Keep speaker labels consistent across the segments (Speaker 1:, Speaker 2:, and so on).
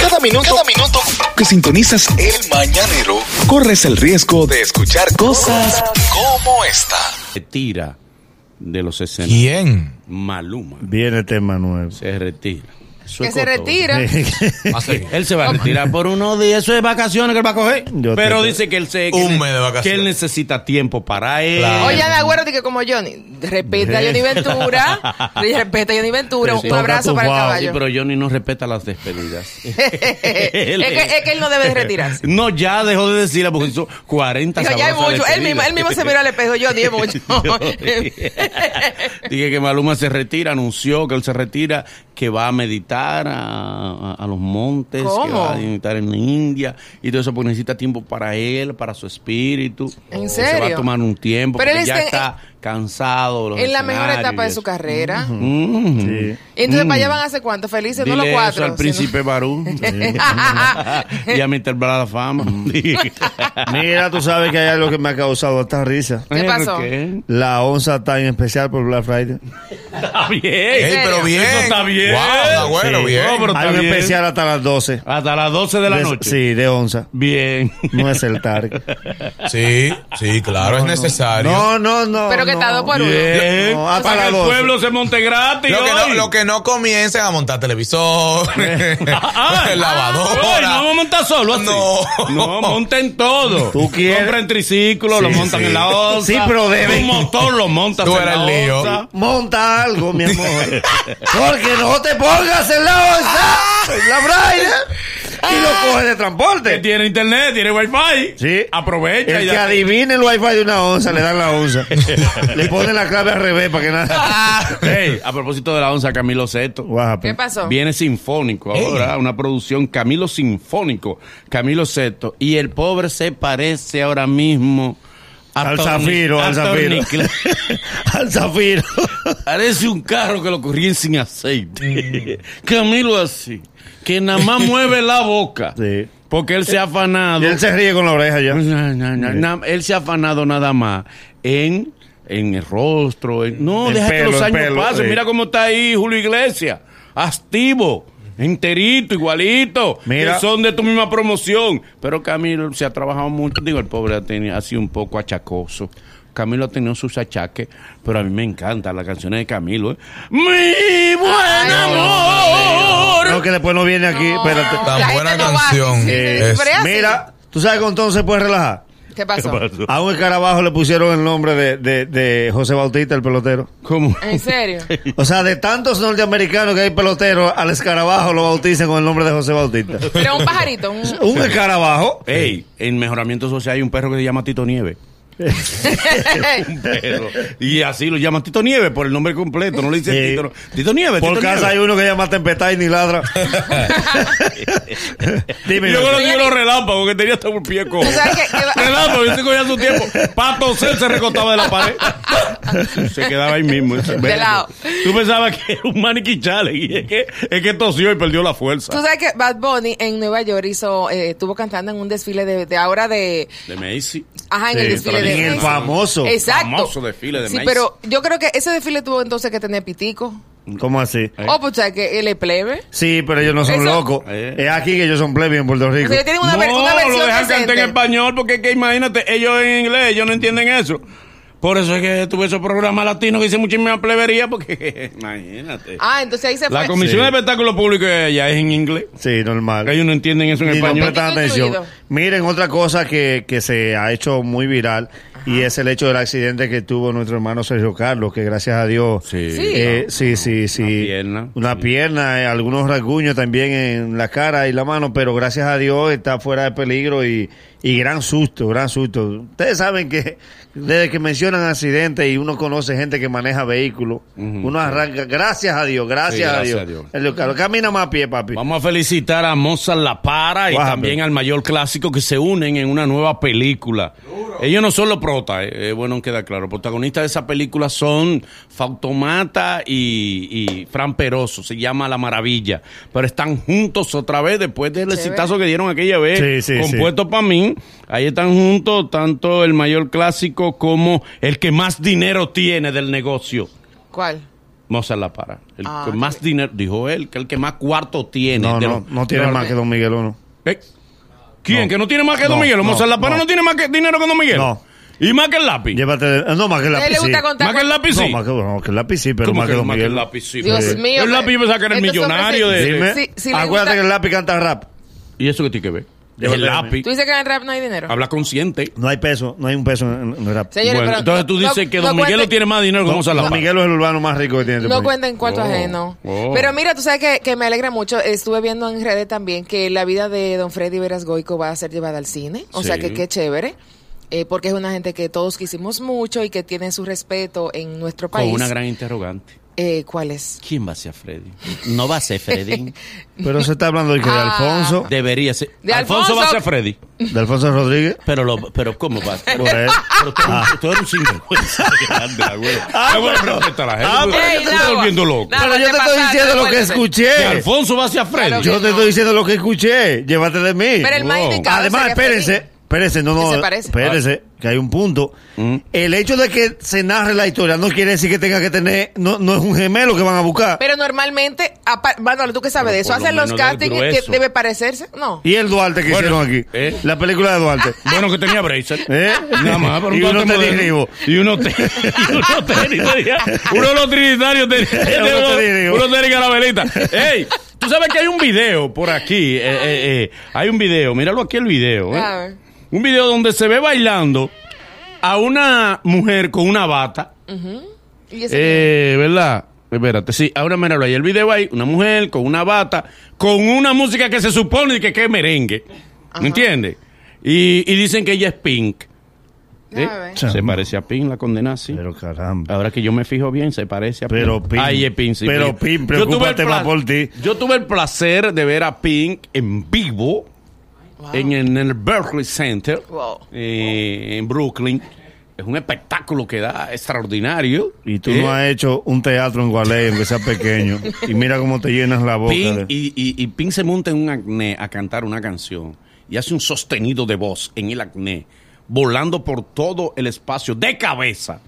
Speaker 1: Cada minuto, cada minuto que sintonizas el mañanero, corres el riesgo de escuchar cosas como esta.
Speaker 2: se retira de los escenarios.
Speaker 3: ¿Quién?
Speaker 2: Maluma
Speaker 4: Viene tema nuevo.
Speaker 2: se retira. Eso
Speaker 5: Que
Speaker 2: es
Speaker 5: se
Speaker 2: coto.
Speaker 5: retira.
Speaker 3: Va a ser.
Speaker 2: Él se va a retirar por unos días, eso es vacaciones que él va a coger.
Speaker 4: Yo
Speaker 2: Pero
Speaker 4: te-
Speaker 2: dice que él se
Speaker 3: Un
Speaker 2: que-
Speaker 3: mes de vacaciones.
Speaker 2: que él necesita tiempo para él.
Speaker 3: Claro.
Speaker 5: Oye, me acuerdo de que como Johnny, respeta a Johnny Ventura, respeta a Johnny Ventura,
Speaker 2: Sí,
Speaker 5: un
Speaker 2: toca
Speaker 5: abrazo
Speaker 4: tu
Speaker 5: para el
Speaker 4: wow.
Speaker 2: Sí,
Speaker 5: caballo.
Speaker 2: pero Johnny no respeta las despedidas.
Speaker 5: es, que, es que él no debe de retirarse.
Speaker 2: No, ya dejó de decirla porque hizo 40
Speaker 5: Dijo, ya es
Speaker 2: sabrosas
Speaker 5: mucho. Él mismo, él mismo se miró al espejo, Johnny, es mucho.
Speaker 2: Dije que Maluma se retira, anunció que él se retira, que va a meditar a, a- a los montes, que
Speaker 5: ¿Cómo?
Speaker 2: va a meditar en la India y todo eso, porque necesita tiempo para él, para su espíritu.
Speaker 5: ¿En
Speaker 2: Que Se va a
Speaker 5: serio?
Speaker 2: tomar un tiempo,
Speaker 5: Pero él
Speaker 2: porque ya
Speaker 5: está en-
Speaker 2: está cansado. de los
Speaker 5: en la mejor
Speaker 2: escenarios
Speaker 5: etapa
Speaker 2: y
Speaker 5: de su
Speaker 2: eso.
Speaker 5: carrera.
Speaker 2: Mm.
Speaker 4: Sí.
Speaker 5: Entonces,
Speaker 2: Mm.
Speaker 5: ¿para allá van hace cuánto? Felices, no
Speaker 2: Dile
Speaker 5: los
Speaker 2: eso
Speaker 5: cuatro.
Speaker 2: al príncipe Barú y a Mr. Bra la fama.
Speaker 4: Mira, tú sabes que hay algo que me ha causado hasta risa.
Speaker 5: ¿Qué pasó?
Speaker 2: ¿Qué?
Speaker 4: La onza está en especial por Black Friday.
Speaker 2: Está bien.
Speaker 3: Ey, pero
Speaker 5: serio?
Speaker 3: bien.
Speaker 2: Eso está bien.
Speaker 3: Wow, bueno,
Speaker 4: Sí.
Speaker 3: bien.
Speaker 2: No, pero
Speaker 4: Hay
Speaker 2: está
Speaker 4: un
Speaker 2: bien.
Speaker 4: especial hasta las 12.
Speaker 2: Hasta las 12 de la
Speaker 4: De-
Speaker 2: noche.
Speaker 4: Sí, de onza.
Speaker 2: Bien.
Speaker 4: No es el target.
Speaker 3: Sí, sí, claro, es necesario.
Speaker 4: No, no, no.
Speaker 5: Pero que
Speaker 4: no.
Speaker 5: está dos por uno.
Speaker 2: Bien.
Speaker 4: No,
Speaker 2: Para
Speaker 4: hasta
Speaker 2: que
Speaker 4: las
Speaker 2: el
Speaker 4: 12.
Speaker 2: pueblo se monte gratis.
Speaker 3: Lo que, no,
Speaker 2: hoy.
Speaker 3: lo que no comiencen a montar televisor,
Speaker 2: Ah, ah,
Speaker 3: lavadora.
Speaker 2: Ay, no vamos a montar solo así.
Speaker 3: No.
Speaker 2: No, monten todo.
Speaker 4: ¿Tú quieres?
Speaker 2: Compren triciclo, lo
Speaker 4: Sí,
Speaker 2: montan
Speaker 4: sí.
Speaker 2: en la onza.
Speaker 4: Sí, pero deben.
Speaker 2: Un motor lo montas
Speaker 3: Tú
Speaker 2: en
Speaker 3: eras
Speaker 2: la
Speaker 3: el lío.
Speaker 2: onza.
Speaker 4: Monta algo, mi amor. Porque no te pongas en la onza, en la Friday, y
Speaker 5: Ah.
Speaker 4: lo coges de
Speaker 2: Que
Speaker 4: transporte.
Speaker 2: tiene internet, tiene wifi.
Speaker 4: Sí.
Speaker 2: Aprovecha
Speaker 4: El
Speaker 2: y
Speaker 4: que
Speaker 2: dale.
Speaker 4: adivine el wifi de una onza, le dan la onza. le ponen la clave al revés para que nada.
Speaker 2: Ey, a propósito de la onza, Camilo Seto.
Speaker 4: What happened?
Speaker 5: Ah. ¿Qué pasó?
Speaker 2: Viene Sinfónico ahora, una producción Camilo Sinfónico, Camilo Seto. Y el pobre se parece ahora mismo a
Speaker 4: Al
Speaker 2: Tony-
Speaker 4: zafiro,
Speaker 2: a
Speaker 4: al
Speaker 2: Tony
Speaker 4: zafiro.
Speaker 2: Cla-
Speaker 4: al zafiro.
Speaker 2: Parece un carro que lo corrían sin aceite.
Speaker 4: Mm.
Speaker 2: Camilo así, que nada más mueve la boca.
Speaker 4: Sí.
Speaker 2: Porque él se ha afanado.
Speaker 4: Y él se ríe con la oreja ya.
Speaker 2: Na, na, na, na. Él se ha afanado nada más en, en el rostro. en- no,
Speaker 4: En
Speaker 2: deja que
Speaker 4: pelo,
Speaker 2: los
Speaker 4: en
Speaker 2: años
Speaker 4: pelo,
Speaker 2: pasen.
Speaker 4: sí.
Speaker 2: Mira cómo está ahí Julio Iglesias. Activo, enterito, igualito.
Speaker 4: Mira.
Speaker 2: Que son de tu misma promoción. Pero Camilo se ha trabajado mucho. Digo, el pobre ha, tenido, ha sido un poco achacoso. Camilo ha tenido sus achaques, pero a mí me encantan las canciones de Camilo. ¿eh? Mi buen amor.
Speaker 4: No, que después no viene aquí. espérate. Eh,
Speaker 3: Tan
Speaker 5: La gente
Speaker 3: buena
Speaker 5: no va,
Speaker 3: canción
Speaker 5: sí, sí, sí,
Speaker 3: es.
Speaker 5: pero así.
Speaker 4: Mira, ¿tú sabes con entonces se puede relajar?
Speaker 5: ¿Qué pasó?
Speaker 4: A un escarabajo le pusieron el nombre de, de- de José Bautista, el pelotero.
Speaker 2: ¿Cómo?
Speaker 5: ¿En serio?
Speaker 4: O sea, de tantos norteamericanos que hay peloteros, al escarabajo lo bautizan con el nombre de José Bautista.
Speaker 5: Pero un pajarito, un,
Speaker 4: Un escarabajo.
Speaker 2: Ey, en mejoramiento social hay un perro que se llama Tito Nieve. Pero- y así lo llaman Tito Nieves por el nombre completo, no le dicen
Speaker 4: Sí.
Speaker 2: Tito. no. Tito Nieves.
Speaker 4: Por
Speaker 2: Tito
Speaker 4: casa hay
Speaker 2: Nieves.
Speaker 4: uno que llama Tempestad y ni ladra. Dime.
Speaker 2: Yo
Speaker 4: Iván.
Speaker 2: conocí los relámpagos que tenía hasta un pie cojo.
Speaker 5: O sea, que- que-
Speaker 2: Relámpago, yo se cogía su tiempo. Pato C se recostaba de la pared. se quedaba ahí mismo. ese perro.
Speaker 5: lado.
Speaker 2: Tú pensabas que era un maniquí challenge. Y es que, es que tosió y perdió la
Speaker 5: Tú
Speaker 2: fuerza.
Speaker 5: sabes que Bad Bunny en Nueva York hizo, eh, estuvo cantando en un desfile de, de ahora de,
Speaker 2: De Macy.
Speaker 5: ajá, en el
Speaker 4: Sí,
Speaker 5: desfile
Speaker 2: pero
Speaker 5: de
Speaker 4: en el
Speaker 5: Macy's.
Speaker 4: famoso.
Speaker 5: Exacto.
Speaker 2: Famoso desfile de
Speaker 5: Sí,
Speaker 2: Macy's.
Speaker 5: pero yo creo que ese desfile tuvo entonces que tener pitico.
Speaker 4: ¿Cómo así?
Speaker 5: Oh, pues, o sea, que él es plebe.
Speaker 4: Sí, pero ellos no son
Speaker 5: Eso-
Speaker 4: locos.
Speaker 2: Eh.
Speaker 4: Es aquí que ellos son plebios en Puerto
Speaker 5: O
Speaker 4: Rico.
Speaker 5: sea, ellos tienen una,
Speaker 2: no,
Speaker 5: ver- una versión
Speaker 2: lo dejan cantar en
Speaker 5: decente.
Speaker 2: español porque es que imagínate, ellos en inglés, ellos no entienden eso. Por eso es que tuve esos programas latinos que hice muchísima plebería porque imagínate.
Speaker 5: Ah, entonces ahí se
Speaker 2: la
Speaker 5: fue.
Speaker 2: Comisión de
Speaker 4: Sí.
Speaker 2: Espectáculos Públicos de allá es en inglés.
Speaker 4: Sí, normal.
Speaker 2: Ellos no entienden eso en
Speaker 4: Y no
Speaker 2: español.
Speaker 4: prestan
Speaker 5: Pitico
Speaker 4: atención.
Speaker 5: incluido.
Speaker 4: Miren, otra cosa que, que se ha hecho muy viral y es el hecho del accidente que tuvo nuestro hermano Sergio Carlos, que gracias a Dios.
Speaker 2: Sí.
Speaker 5: Sí.
Speaker 4: eh, sí, sí, sí.
Speaker 2: pierna.
Speaker 4: Una pierna, eh, algunos rasguños también en la cara y la mano, pero gracias a Dios está fuera de peligro y, y gran susto, gran susto. Ustedes saben que desde que mencionan accidentes y uno conoce gente que maneja vehículos, uno arranca, gracias a Dios, gracias, a,
Speaker 2: gracias
Speaker 4: Dios.
Speaker 2: a Dios.
Speaker 4: Sergio Carlos, camina más a pie, papi.
Speaker 2: Vamos a felicitar a Mozart La Para y
Speaker 4: Guau,
Speaker 2: también
Speaker 4: pero-
Speaker 2: al mayor clásico que se unen en una nueva película. Ellos no son los protas, eh, eh, bueno, queda claro. Protagonistas de esa película son Fautomata y, y Fran Peroso, se llama La Maravilla. Pero están juntos otra vez después del
Speaker 5: Chévere.
Speaker 2: exitazo que dieron aquella vez,
Speaker 4: Sí, sí,
Speaker 2: compuesto para mí. Ahí están juntos tanto el mayor clásico como el que más dinero tiene del negocio.
Speaker 5: ¿Cuál?
Speaker 2: Mozart La Para. El
Speaker 5: Ah,
Speaker 2: que
Speaker 5: qué
Speaker 2: más dinero, dijo él, que el que más cuarto tiene.
Speaker 4: No,
Speaker 2: de
Speaker 4: no,
Speaker 2: los-
Speaker 4: no tiene
Speaker 2: de los-
Speaker 4: más que Don Miguel uno.
Speaker 2: ¿Eh? ¿Quién?
Speaker 4: No.
Speaker 2: ¿Que no tiene más que
Speaker 4: No,
Speaker 2: Don Miguel?
Speaker 4: no,
Speaker 2: ¿Mozart La Para
Speaker 4: no.
Speaker 2: no, tiene más que dinero que Don Miguel?
Speaker 4: No.
Speaker 2: ¿Y más que el lápiz?
Speaker 4: Llévate, de- ah, no, más que el
Speaker 5: A él
Speaker 4: lápiz.
Speaker 5: le gusta
Speaker 4: sí.
Speaker 5: contar
Speaker 2: ¿Más que el lápiz?
Speaker 4: No,
Speaker 2: Pues sí?
Speaker 4: más que, no, que el lápiz sí, pero
Speaker 2: ¿Cómo
Speaker 4: más que Don Miguel.
Speaker 2: el lápiz? sí?
Speaker 5: Dios
Speaker 2: Pero-
Speaker 5: mío.
Speaker 2: El lápiz yo pensaba que era el
Speaker 5: Estos hombres
Speaker 2: millonario
Speaker 5: sí-
Speaker 2: de...
Speaker 4: Dime,
Speaker 5: Sí, sí, le
Speaker 4: acuérdate
Speaker 5: gusta-
Speaker 4: que el lápiz canta rap.
Speaker 2: ¿Y eso que tiene que ver? Es
Speaker 4: Llévate
Speaker 2: el
Speaker 4: de mí.
Speaker 2: lápiz.
Speaker 5: Tú dices que en el rap no hay dinero.
Speaker 2: Habla consciente.
Speaker 4: No hay peso, no hay un peso en, en el rap.
Speaker 5: Señores,
Speaker 2: Bueno,
Speaker 5: pero
Speaker 2: entonces tú
Speaker 5: no-
Speaker 2: dices que
Speaker 5: no
Speaker 2: Don Miguel
Speaker 5: cuenten-
Speaker 2: tiene más dinero que
Speaker 4: Don,
Speaker 2: Mozart La
Speaker 4: Don
Speaker 2: Para.
Speaker 4: Miguel es el urbano más rico que tiene. este
Speaker 5: No
Speaker 4: país.
Speaker 5: cuenten cuarto
Speaker 2: Oh,
Speaker 5: ajeno.
Speaker 2: oh.
Speaker 5: Pero mira, tú sabes que, que me alegra mucho. Estuve viendo en redes también que la vida de don Freddy Veras Goico va a ser llevada al cine. O
Speaker 2: Sí.
Speaker 5: sea que qué chévere. eh, porque es una gente que todos quisimos mucho y que tiene su respeto en nuestro
Speaker 2: Con
Speaker 5: país.
Speaker 2: una gran interrogante.
Speaker 5: Eh, ¿Cuál es?
Speaker 2: ¿Quién va a ser Freddy?
Speaker 6: No va a ser Freddy.
Speaker 4: Pero se está hablando de, que de
Speaker 5: Ah.
Speaker 4: Alfonso,
Speaker 6: Debería ser.
Speaker 5: De
Speaker 2: Alfonso va a
Speaker 5: Alfonso.
Speaker 2: ser Freddy.
Speaker 4: de Alfonso Rodríguez.
Speaker 6: Pero, lo, pero ¿cómo va a ser?
Speaker 4: Por él.
Speaker 6: Pero tú, tú eres un sinvergüenza.
Speaker 2: Grande, güey. Ah, bueno, respeta a la gente.
Speaker 4: ah,
Speaker 2: porque
Speaker 5: pero-
Speaker 2: te estás
Speaker 5: Ey,
Speaker 2: volviendo loco.
Speaker 5: Nada,
Speaker 4: pero yo
Speaker 5: te
Speaker 4: te estoy
Speaker 5: pasaste,
Speaker 4: diciendo lo que
Speaker 5: acuérdate.
Speaker 2: Que
Speaker 4: escuché.
Speaker 2: Alfonso va hacia Freddy.
Speaker 5: Claro.
Speaker 4: Yo te estoy diciendo lo que escuché. Llévate de mí.
Speaker 5: Pero el más
Speaker 2: Wow.
Speaker 5: indicado
Speaker 4: Ah, Además,
Speaker 5: sería
Speaker 4: espérense,
Speaker 5: Freddy.
Speaker 4: espérense, no,
Speaker 5: Que se
Speaker 4: no,
Speaker 5: parece.
Speaker 4: espérense, que hay un punto.
Speaker 2: Mm.
Speaker 4: El hecho de que se narre la historia no quiere decir que tenga que tener, no, no es un gemelo que van a buscar.
Speaker 5: Pero normalmente, apa- Manolo, tú que sabes
Speaker 2: Pero
Speaker 5: de eso,
Speaker 2: por lo
Speaker 5: hacen los
Speaker 2: menos del
Speaker 5: castings que
Speaker 2: grueso.
Speaker 5: debe parecerse. No.
Speaker 4: y el Duarte que
Speaker 2: Bueno,
Speaker 4: hicieron aquí,
Speaker 2: ¿eh?
Speaker 4: la película de Duarte.
Speaker 2: Bueno, que tenía Bracer.
Speaker 4: ¿Eh?
Speaker 2: Nada más, pero
Speaker 4: Y
Speaker 2: un
Speaker 4: uno
Speaker 2: bate
Speaker 4: tenis
Speaker 2: moderno.
Speaker 4: ribo.
Speaker 2: Y uno tenis. y uno tenis. tenía- Uno de los trinitarios tenía. tenía
Speaker 4: Uno
Speaker 2: uno-
Speaker 4: tenis ribo.
Speaker 2: Uno tenis carabelita. ¡Ey! Tú sabes que hay un video por aquí. eh, eh, eh, Hay un video. Míralo aquí el video. eh.
Speaker 5: A ver.
Speaker 2: Un video donde se ve bailando a una mujer con una bata.
Speaker 5: Y ese-
Speaker 2: Eh, ¿verdad? Espérate, sí, ahora míralo ahí. El video ahí, una mujer con una bata, con una música que se supone que, que es merengue. ¿Me entiendes? Y, y dicen que ella es Pink. ¿eh?
Speaker 5: A ver.
Speaker 2: Se parece a Pink, la condena, sí.
Speaker 4: Pero caramba.
Speaker 2: Ahora que yo me fijo bien, se parece a Pink.
Speaker 4: Pero Pink-
Speaker 2: Ahí es Pink, sí,
Speaker 4: pero Pink, preocúpate
Speaker 2: el
Speaker 4: más
Speaker 2: pla-
Speaker 4: por ti.
Speaker 2: Yo tuve el placer de ver a Pink en vivo en, en el Berkeley Center
Speaker 5: Wow.
Speaker 2: eh, en Brooklyn. Es un espectáculo que da extraordinario.
Speaker 4: Y tú
Speaker 2: ¿eh?
Speaker 4: no has hecho un teatro en Gualey, aunque sea pequeño. y mira cómo te llenas la boca.
Speaker 2: Pink
Speaker 4: de-
Speaker 2: y, y, y Pink se monta en un acné a cantar una canción y hace un sostenido de voz en el acné, volando por todo el espacio de cabeza.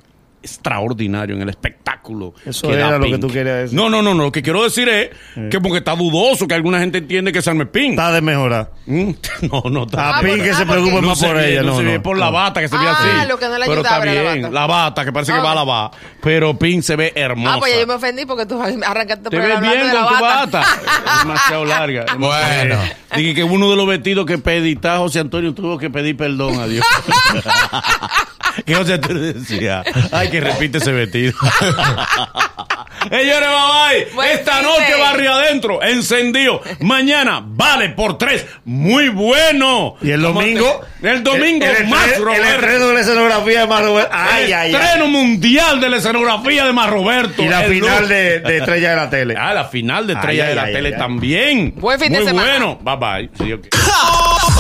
Speaker 2: Extraordinario en el espectáculo.
Speaker 4: Eso
Speaker 2: da
Speaker 4: era lo
Speaker 2: Pink.
Speaker 4: que tú querías decir.
Speaker 2: No, no, no, no. Lo que quiero decir es que porque está dudoso que alguna gente entiende que Salme Pink.
Speaker 4: Está de mejorar.
Speaker 2: Mm, No, no,
Speaker 4: A
Speaker 2: está.
Speaker 5: Ah,
Speaker 4: Pink
Speaker 5: por-
Speaker 4: que
Speaker 5: ah,
Speaker 4: se
Speaker 5: porque-
Speaker 4: preocupe
Speaker 2: No
Speaker 4: más
Speaker 2: se
Speaker 4: por
Speaker 2: ve,
Speaker 4: ella.
Speaker 2: no
Speaker 4: No,
Speaker 2: se ve
Speaker 4: no,
Speaker 2: por la
Speaker 4: no.
Speaker 2: bata que se ve
Speaker 5: Ah,
Speaker 2: así.
Speaker 5: lo que no le
Speaker 2: Pero está
Speaker 5: ayudaba era la
Speaker 2: bien,
Speaker 5: bata.
Speaker 2: la bata que parece que
Speaker 5: Ah,
Speaker 2: va a la
Speaker 5: ok.
Speaker 2: bata. Pero Pink se ve hermosa.
Speaker 5: Ah, pues ya yo me ofendí porque tú arrancaste
Speaker 2: Te
Speaker 5: por
Speaker 2: ves bien
Speaker 5: de la
Speaker 2: con tu
Speaker 5: bata.
Speaker 2: bata. Es demasiado larga. es demasiado
Speaker 3: Bueno.
Speaker 2: larga. Dije que uno de los vestidos que pedí, está José Antonio, tuvo que pedir perdón a Dios. que José Antonio decía, ay, que repite ese vestido. Señores, bye bye.
Speaker 5: Buen
Speaker 2: Esta
Speaker 5: fin
Speaker 2: noche
Speaker 5: de-
Speaker 2: barrio adentro, encendido. Mañana vale por tres. Muy bueno.
Speaker 4: Y el domingo. Eh,
Speaker 2: El domingo
Speaker 4: el, el
Speaker 2: más,
Speaker 4: estreno- El
Speaker 2: Roberto.
Speaker 4: estreno de la escenografía de más Roberto. Ay, ay, ay.
Speaker 2: Estreno mundial de la escenografía de Mar Roberto.
Speaker 4: Y la
Speaker 2: El
Speaker 4: final
Speaker 2: lunes.
Speaker 4: de, de Estrella de la Tele.
Speaker 2: Ah, la final de Estrella
Speaker 4: Ay,
Speaker 2: de la
Speaker 4: ay, ay,
Speaker 2: Tele
Speaker 4: ay.
Speaker 2: también.
Speaker 5: Buen fin de
Speaker 2: Muy
Speaker 5: semana.
Speaker 2: bueno. Bye bye. Sí, ok.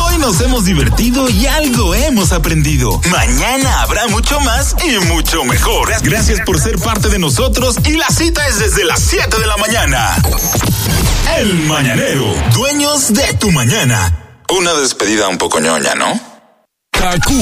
Speaker 7: Hoy nos hemos divertido y algo hemos aprendido. Mañana habrá mucho más y mucho mejor. Gracias por ser parte de nosotros y la cita es desde las 7 de la mañana. El Mañanero, dueños de tu mañana. Una despedida un poco ñoña, ¿no?